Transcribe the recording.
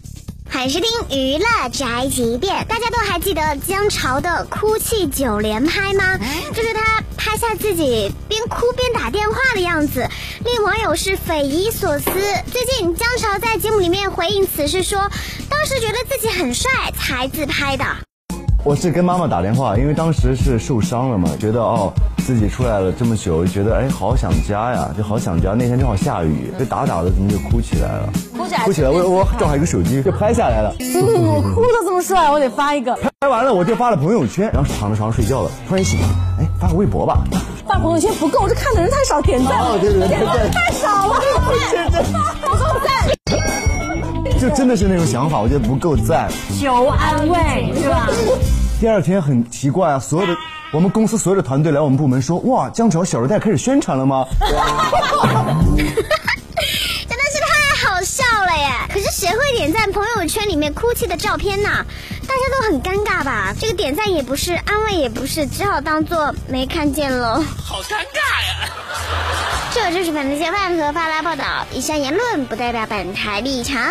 请收听娱乐宅急便。大家都还记得姜潮的哭泣九连拍吗？就是他拍下自己边哭边打电话的样子，令网友是匪夷所思。最近姜潮在节目里面回应此事说，当时觉得自己很帅才自拍的。我是跟妈妈打电话，因为当时是受伤了嘛，觉得哦自己出来了这么久，觉得哎好想家呀，就好想家。那天正好下雨，就打打的怎么就哭起来了，哭起来哭起来，我我正好有个手机就拍下来了。嗯，我哭的这么帅，我得发一个，拍完了我就发了朋友圈，然后躺在床上睡觉了，突然醒了，哎发个微博吧。发朋友圈不够，这看的人太少，点赞，哦对对对点赞太 少了，点赞 不够赞，就真的是那种想法，我觉得不够赞。求安慰是吧？第二天很奇怪啊，所有的我们公司所有的团队来我们部门说，哇，江潮小时代开始宣传了吗？真的是太好笑了耶！可是谁会点赞朋友圈里面哭泣的照片呢？大家都很尴尬吧？这个点赞也不是，安慰也不是，只好当做没看见喽。好尴尬呀！这就是本台饭和发拉报道，以上言论不代表本台立场。